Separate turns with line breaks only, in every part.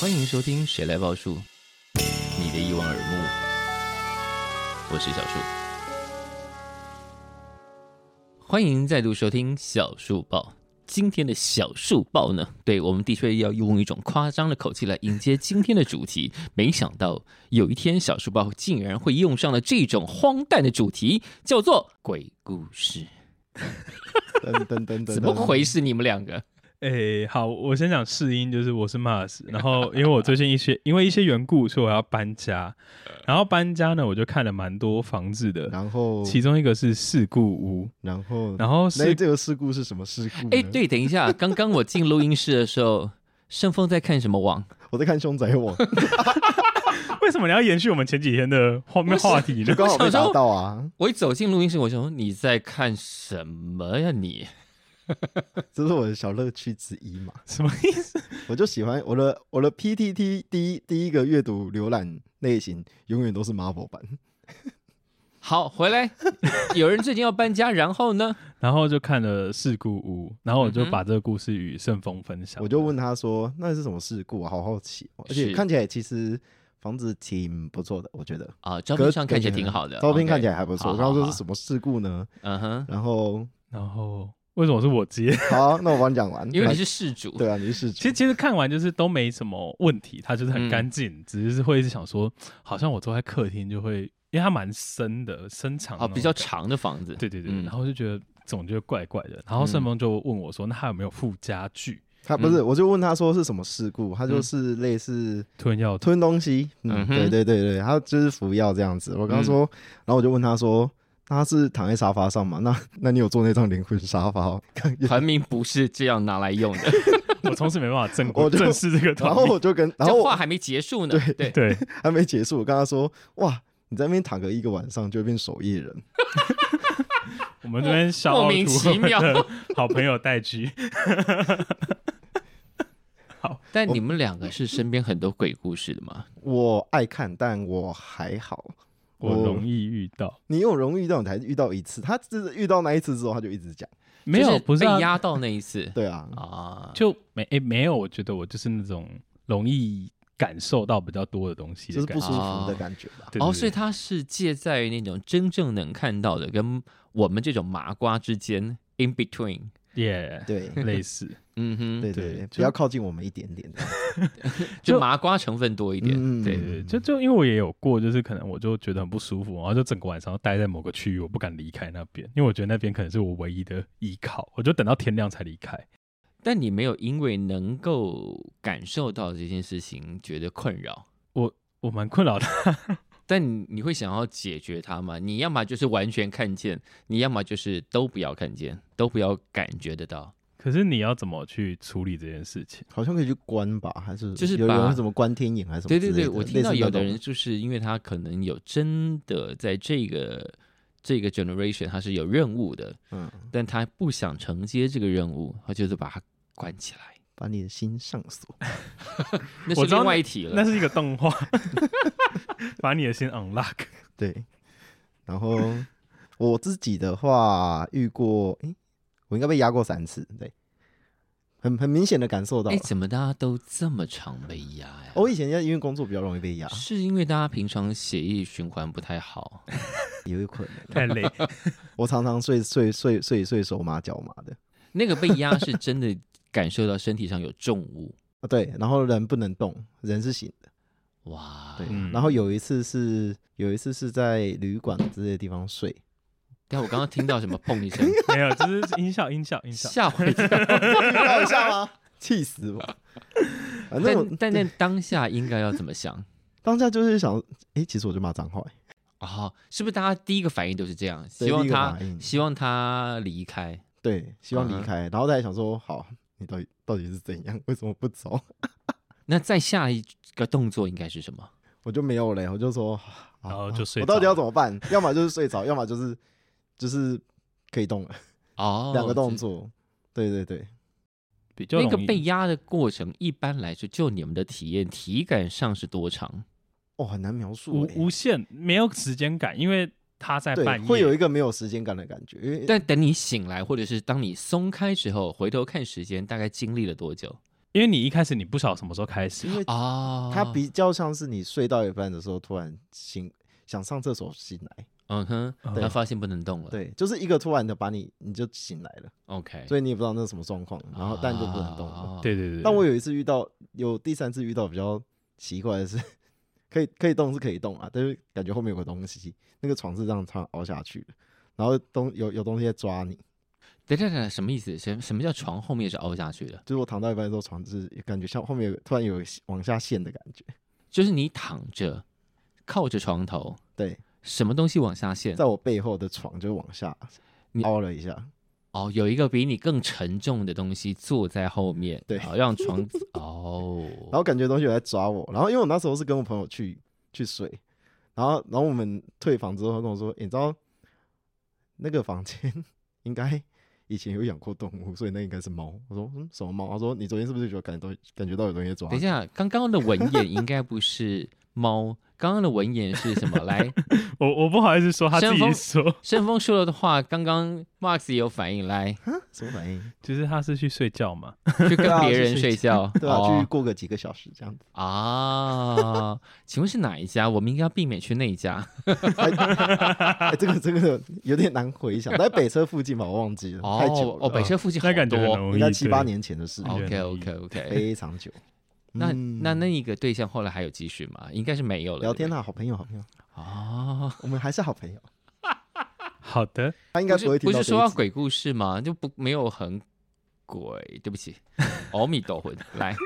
欢迎收听《谁来报数》，你的一望而目，我是小树。欢迎再度收听小树报。今天的小树报呢，对我们的确要用一种夸张的口气来迎接今天的主题。没想到有一天，小树报竟然会用上了这种荒诞的主题，叫做鬼故事。
噔噔噔噔，
怎么回事？你们两个？
哎、好，我先讲试音，就是我是 Mars，然后因为我最近一些因为一些缘故，所以我要搬家，然后搬家呢，我就看了蛮多房子的，
然后，
其中一个是事故屋，
然后，
然后
那
是
这个事故是什么事故？
哎，，对，等一下，刚刚我进录音室的时候，盛峰在看什么网？
我在看《凶 宅网》，
为什么你要延续我们前几天的后面
不是
话题
就
呢？
刚好被打到啊！
我一走进录音室，我想说你在看什么呀你？
这是我的小乐趣之一嘛。
什么意思？
我就喜欢我的我的 PTT 第一第一个阅读浏览类型永远都是 Marvel 版，
好，回来，有人最近要搬家，然后呢？
然后就看了事故屋，然后我就
嗯哼
把这个故事与盛峰分享。
我就问他说：“那是什么事故啊？好好奇哦、而且
是
看起来其实房子挺不错的，我觉得。
啊，照片上看起来挺好的，
照片看起
来，
来还不错。
好好
然后说
好
是什么事故呢？
嗯哼，
然后
然后为什么是我接？
好，那我帮你讲完，
因为你
来
是事主，
对啊，你是事主
其实其实看完就是都没什么问题，它就是很干净，只是会一直想说，好像我坐在客厅就会，因为它蛮深的，深长的
哦
啊，
那种
比较
感觉，
长的房子，
对对对，
嗯
然后就觉得总觉得怪怪的，然后盛峰就问我说，那他有没有附家具？
他不是，
嗯
我就问他说是什么事故，他就是类似
吞 药
吞东西，嗯
嗯，哼嗯
对对对对，他就是服药这样子。我刚说，然后我就问他说，那他是躺在沙发上嘛？那那你有坐那张灵魂沙发哦？
团名不是这样拿来用的，
我从此没办法正
我
过
就
正视这个
然
团
后
体。
我 就跟，然
这
后
话
我
还没结束呢，对
对，
还没结束，我跟他说，哇，你在那边躺个一个晚上就会变手艺人，
我们这边小
莫名其妙
好朋友戴居，
但你们两个是身边很多鬼故事的吗？
我爱看，但我还好。
我容易遇到，
你有容易遇到，你才遇到一次。他就是遇到那一次之后，他就一直讲。
没
就
有
是
不是
被
啊
压到那一次
对啊，
啊，
就没诶、没有，我觉得我就是那种容易感受到比较多的东西
就是
的感
不
觉，
舒服的感觉吧。
对对
哦，
对
所以它是介在那种真正能看到的跟我们这种麻瓜之间 in between，
耶
对，
类似，
哦嗯哼，
对
对
对对，
就
比较靠近我们一点点。
就
就
麻瓜成分多一点，
嗯
对
对，就就因为我也有过，就是可能我就觉得很不舒服，然后就整个晚上都待在某个区域，我不敢离开那边，因为我觉得那边可能是我唯一的依靠，我就等到天亮才离开。
但你没有因为能够感受到这件事情觉得困扰，
我蛮困扰的，
但你你会想要解决它吗？你要么就是完全看见，你要么就是都不要看见，都不要感觉得到。
可是你要怎么去处理这件事情？
好像可以去关吧，还是
就是
有
把
人会怎么关天眼还是什么
对
之
对
类的？
对，我听到
类似
有
那
的
种
人就是因为他可能有真的在这个这个 generation 他是有任务的，
嗯，
但他不想承接这个任务，他就是把它关起来。
把你的心上锁。
那
我
是
知道
另外一题
啊
那
了。
是一个动画， 把你的心 unlock。
对，然后我自己的话遇过，诶、我应该被压过三次，对，很很明显的感受到
哎，
了。
怎么大家都这么常被压呀？
我以前在因为工作比较容易被压，
是因为大家平常血液循环不太好，
也有可能。
太累，
我常常睡睡睡睡睡手麻脚麻的
那个被压是真的感受到身体上有重物。
啊，对，然后人不能动，人是醒的，
哇，
对。
嗯
然后有一次是有一次是在旅馆之类的地方睡，
但我刚刚听到什么砰一 声，
没有，就是音效，音效，音效。
吓我一跳。
啊 开玩笑吗？气死 我！反正我
但但那当下应该要怎么想？
当下就是想，诶，其实我就骂脏话、欸
哦，是不是大家第一个反应都是这样？
对
希望
第一个
他
反应
希望他离开。
对，希望
嗯哼
离开，然后再想说，好，你到底到底是怎样？为什么不走？
那再下一个动作应该是什么？
我就没有嘞，我就说，啊
然后
啊
就睡
我到底
着
要怎么办？要么就是睡着，要么就是就是可以动了，
哦，
两个动
就。
作。对对对，
比较
那个
容易
被压的过程，一般来说，就你们的体验、体感上是多长？
哦，很难描述
无
欸、
无限没有时间感，因为他在
对
半，夜
会有一个没有时间感的感觉，因为
但等你醒来，或者是当你松开之后，回头看时间，大概经历了多久
因为你一开始你不晓得什么时候开始
因，为
哦
啊？
它比较像是你睡到一半的时候突然醒，想上厕所醒来，
嗯哼，
对
然后发现不能动了。
对，就是一个突然的把你你就醒来了，
，OK，
所以你也不知道那是什么状况，然后但就不能动了。
啊
对对对，对
但我有一次遇到，有第三次遇到比较奇怪的是， 可以可以动是可以动啊，但是感觉后面有个东西，那个床是让它凹下去的，然后东有有东西在抓你，
等等等，什么意思？什什么叫床后面是凹下去的？
就是我躺到一半的时候，床就是感觉像后面有突然有往下陷的感觉，
就是你躺着，靠着床头，
对，
什么东西往下陷？
在我背后的床就往下
你
凹了一下，
哦，有一个比你更沉重的东西坐在后面，
对
好让 床哦，
然后感觉东西有在抓我，然后因为我那时候是跟我朋友去去睡，然后然后我们退房之后，他跟我说、欸你知道那个房间 应该以前有养过动物，所以那应该是猫。我说嗯什么猫？他说你昨天是不是就感觉到感觉到有东西在抓
等
你？
一下，刚刚的文言应该不是猫，刚刚的文言是什么？来，
我我不好意思说他自
先锋
己说，
顺丰说了的话，刚刚 Max 也有反应， 来
什么反应？
就是他是去睡觉嘛，
去
对
跟
啊
别
去
人
睡
睡觉，
对啊，
哦
去过个几个小时这样子，
啊，请问是哪一家？我们应该要避免去那一家
哎，这个这个有点难回想，在北车附近吧，我忘记了， 太久
哦
了，
哦，北车附近好
那感觉很
多。哦
容易
应该七
对
八年前的事，
哦
OK OK OK，
非常久。
那
嗯
那那一个对象后来还有继续吗？应该是没有了。
聊天
对
啊，好朋友，好朋友，
不对哦，
我们还是好朋友。
好的，
他应
应
该不会听
不
到
是
这
说要
一集。
鬼故事吗？就不没有很鬼，对不起， 阿弥陀佛，来，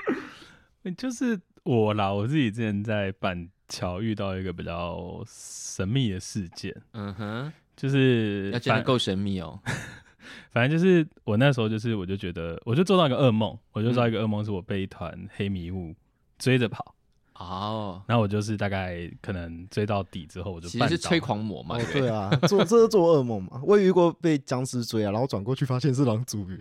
就是我啦，我自己之前在板桥遇到一个比较神秘的事件，
嗯哼，
就是
要真的
反
够神秘哦。
反正就是我那时候就是我就觉得我就做到一个噩梦，我就做到一个噩梦，是我被一团黑迷雾追着跑，
哦，
然后我就是大概可能追到底之后，我就
其
绊
实是
倒
催
了
狂魔嘛
哦，，对啊，做这是做噩梦嘛？我也遇过被僵尸追啊，然后转过去发现是郎祖 云，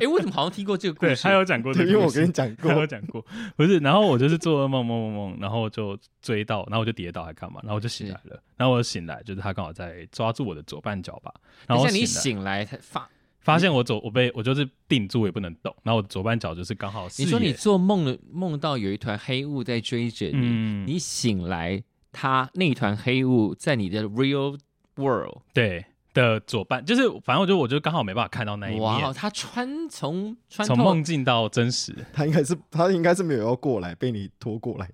哎，我怎么好像听过这个故
对，
事
他？有讲过这
对，
个故
因
事，
为我跟你讲
他有
过，
讲过，不是，然后我就是做噩梦，梦梦梦，然后就追到，然后我就跌倒，还干嘛？然后我就醒来了，然后我醒来，就是他刚好在抓住我的左半脚吧，然
等
后
一
我
下你
醒来，
醒来，他发，
发现我左我被我就是定住也不能动，然后我左半脚就是刚好视
你
野，
说你做梦了，梦到有一团黑雾在追着你，
嗯，
你醒来，它那一团黑雾在你的 real world，
对的左半，就是反正我就我就刚好没办法看到那一
哇哦，
面，
它穿从穿
从
透
梦境到真实
他应该是他应该是没有要过来，被你拖过来。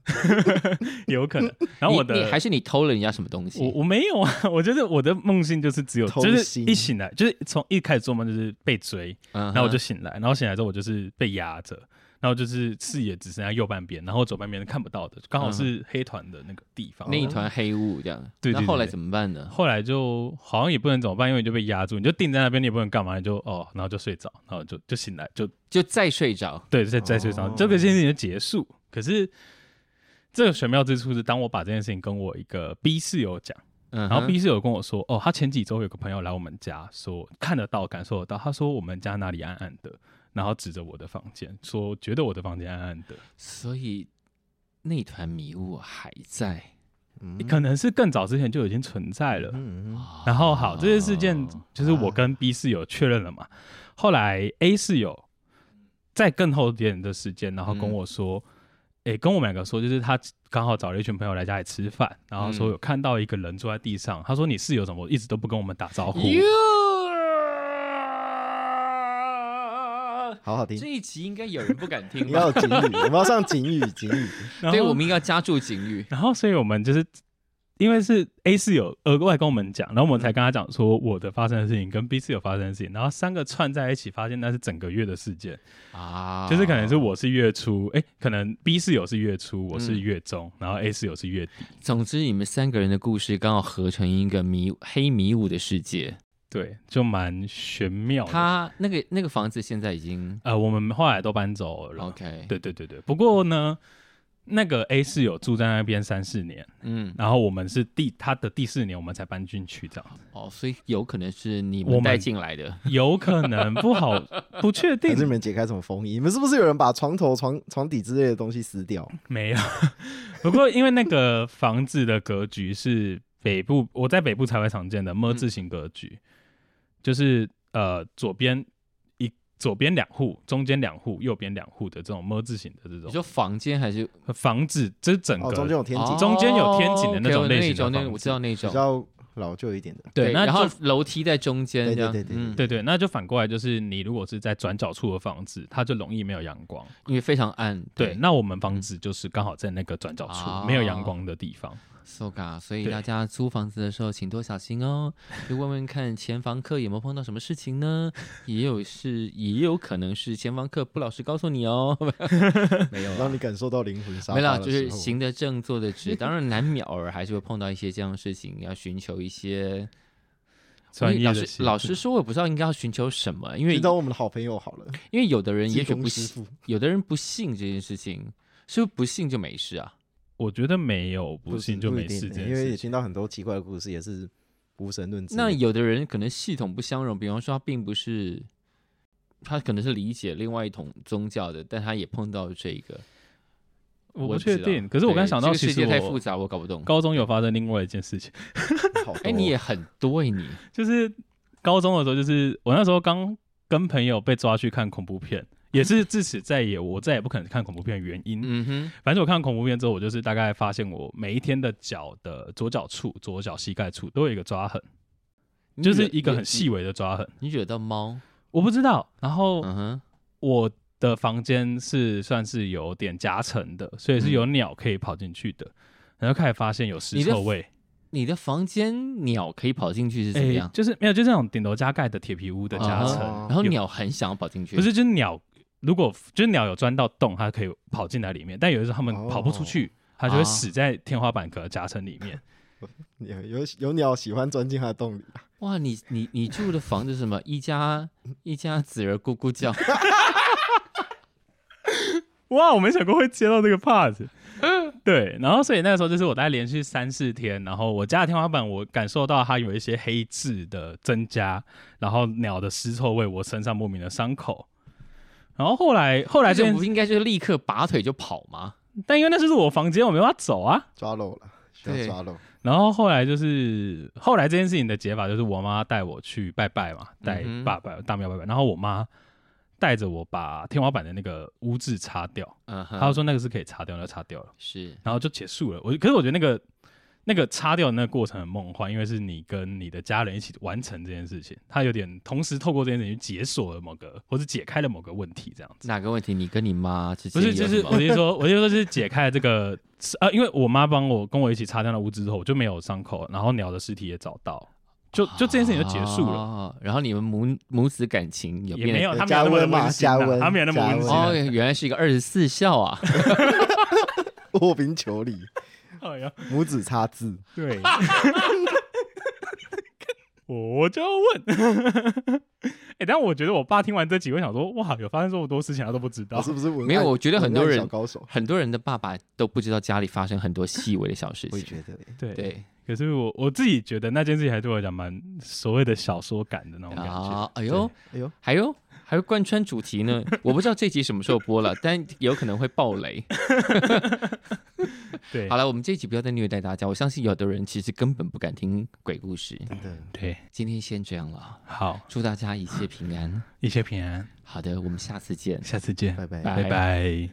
有可能，然后我的
你你还是你偷了人家什么东西？
我我没有啊，我觉得我的梦境就是只有
偷
就是
心
一醒来就是从一开始做梦就是被追。
嗯哼，
然后我就醒来，然后醒来之后我就是被压着，然后就是视野只剩下右半边，然后左半边看不到的，刚好是黑团的那个地方。
嗯那一团黑雾这样，
对对对
那后来怎么办呢？
后来就好像也不能怎么办，因为你就被压住，你就定在那边，你也不能干嘛，你就哦，然后就睡着，然后就就醒来，就
就再睡着。
对，在在睡着，
哦
这个事情就结束。可是这个玄妙之处是，当我把这件事情跟我一个 B 室友讲。
嗯哼，
然后 B 室友跟我说，哦，他前几周有个朋友来我们家，说看得到、感受得到，他说我们家哪里暗暗的，然后指着我的房间说，觉得我的房间暗暗的，
所以那团迷雾还在。
嗯
可能是更早之前就已经存在了。
嗯嗯
啊
然后好，这件事件就是我跟 B 室友确认了嘛，后来 A 室友在更后点的时间，然后跟我说，诶、跟我们两个说，就是他刚好找了一群朋友来家里吃饭，然后说有看到一个人坐在地上，他说你室友怎么一直都不跟我们打招呼？
哟
好好听
这，一集应该有人不敢听
你
吧
要？有警语，我们要上警语，警语。
然
对，
后
我们应该要加注警语。
然后，所以我们就是因为是 A 室友额外跟我们讲，然后我们才跟他讲说我的发生的事情跟 B 室友发生的事情，然后三个串在一起，发现那是整个月的事件，
啊，
就是可能是我是月初，哎，可能 B 室友是月初，我是月中，然后 A 室友是月底，
总之，你们三个人的故事刚好合成一个迷黑迷雾的世界。
对，就蛮玄妙的。
他那个那个房子现在已经
呃，我们后来都搬走了，
OK，，
对对对对。不过呢，那个 A 室友住在那边三四年，
嗯，
然后我们是第他的第四年我们才搬进去这样子，
哦，所以有可能是你
我
们
们
带进来的。
有可能不好不确定
还是你们解开什么封印？你们是不是有人把床头、床床底之 类的东西撕掉？
没有，不过因为那个房子的格局是北部，我在北部才会常见的么字形格局，就是呃左边一左边两户，中间两户，右边两户的这种么字形的这
你
种
说房间还是
房子，这是整
哦，
个
中间有天井，
哦
中间有天井的那种
OK，
类
那
型的
种，那
房
种
子
我知道那
比
种，
较老旧一点的，
对，那
然后
就
楼梯在中间，
对
这样
对对对
嗯
对对，那就反过来就是你如果是在转角处的房子，它就容易没有阳光。
因为非常暗，
对，那我们房子就是刚好在那个转角处、
啊
没有阳光的地方。
，so ga，所以
对
大家租房子的时候请多小心哦，去问问看前房客有没有碰到什么事情呢？也有是，也有可能是前房客不老实告诉你哦， 没有啊
让你感受到灵魂沙
没
发
了，
的
就是
时候
行得正，坐得直，当然难免偶尔还是会碰到一些这样的事情，要寻求一些。
专业
老
的
师
协
老
助
师说，我不知道应该要寻求什么，因为
知道我们的好朋友好了，
因为有的人也许
济公
不
师
信，
傅
有的人不信这件事情，是不是不信就没事啊？
我觉得没有不
不
信
是
就
不
没
一定
事
的
这件
因为也
事情。
听到很多奇怪的故事，也是无神论之类的。
那有的人可能系统不相容，比方说他并不是，他可能是理解另外一种宗教的，但他也碰到这个，
我
也
不
知
确
道
定，可是我
对
刚想到，
这个
其
世
实
界太复
我
杂，我搞不懂。
高中有发生另外一件事情，
好多哦，
哎，你也很多哎，你
就是高中的时候，就是我那时候刚跟朋友被抓去看恐怖片，也是自此再也我再也不可能看恐怖片的原因。
嗯哼，
反正我看恐怖片之后，我就是大概发现我每一天的脚的左脚处、左脚膝盖处都有一个抓痕，
你
就是
惹
一个很，
你
细哦微的抓痕。
你惹到猫，
我不知道，然后
嗯哼，
我的房间是算是有点夹层的，所以是有鸟可以跑进去的。然后开始发现有尸
嗯你的
臭味，
你的房间鸟可以跑进去是怎么
诶
样？啊嗯
就是没有，就是那种顶楼哎加盖的铁皮屋的夹层，
哦
然后
有
鸟很想要跑进去，
不是就是鸟，如果就是鸟有钻到洞，它可以跑进来里面，但有的时候它们
哦
跑不出去，它就会
啊
死在天花板壳夹层里面。
有有有鸟喜欢钻进它的洞里，
哇，你你你住的房子是什么？一家一家子儿咕咕叫，
哇，我没想过会接到这个 part。对，然后所以那个时候就是我大概连续三四天，然后我家的天花板我感受到它有一些黑痣的增加，然后鸟的尸臭味，我身上莫名的伤口。然后后来后来
而
这
且
件
不，应该就是立刻拔腿就跑吗？
但因为那就是我房间，我没办法走啊。
抓漏了，需
对
要抓漏。
然后后来就是后来这件事情的解法就是我妈带我去拜拜嘛，带
嗯哼
爸爸大庙拜拜，然后我妈带着我把天花板的那个污渍擦掉，
嗯哼，
她就说那个是可以擦掉，就擦掉了。
是
然后就结束了。我可是我觉得那个那个擦掉的那个过程很梦幻，因为是你跟你的家人一起完成这件事情，它有点同时透过这件事情去解锁了某个或者解开了某个问题这样子。
哪个问题？你跟你妈之
不
间
是，就是
有什么
我就说，我就说，就是解开了这个呃，因为我妈帮我跟我一起擦掉了污渍之后，我就没有伤口，然后鸟的尸体也找到，就就这件事情就结束了，
哦然后你们母母子感情有
也
变
没
得
有
对
他没有那么的温馨、
加温嘛加
啊，
温
他没有那么温馨、
哦，
啊。
原来是一个二十四孝啊！
卧冰求鲤，
哎呀，
母子插字，
对， 我就要问，哎、但我觉得我爸听完这集会想说，哇，有发生这么多事情，他都不知道
我。是不是文案
没有我觉得很多人
文案小高手，
很多人的爸爸都不知道家里发生很多细微的小事
我也
情，
觉得欸
对，
对
可是我我自己觉得那件事情还对我来讲蛮所谓的小说感的那种感觉。
啊，哎呦，
哎呦，
还有还有贯穿主题呢， 我不知道这集什么时候播了，但有可能会爆雷。
对，
好了，我们这一集不要再虐待大家。我相信有的人其实根本不敢听鬼故事。
真的
对，
今天先这样了，
好，
祝大家一切平安。
一切平安，
好的，我们下次见。
下次见，
拜拜。
拜
拜拜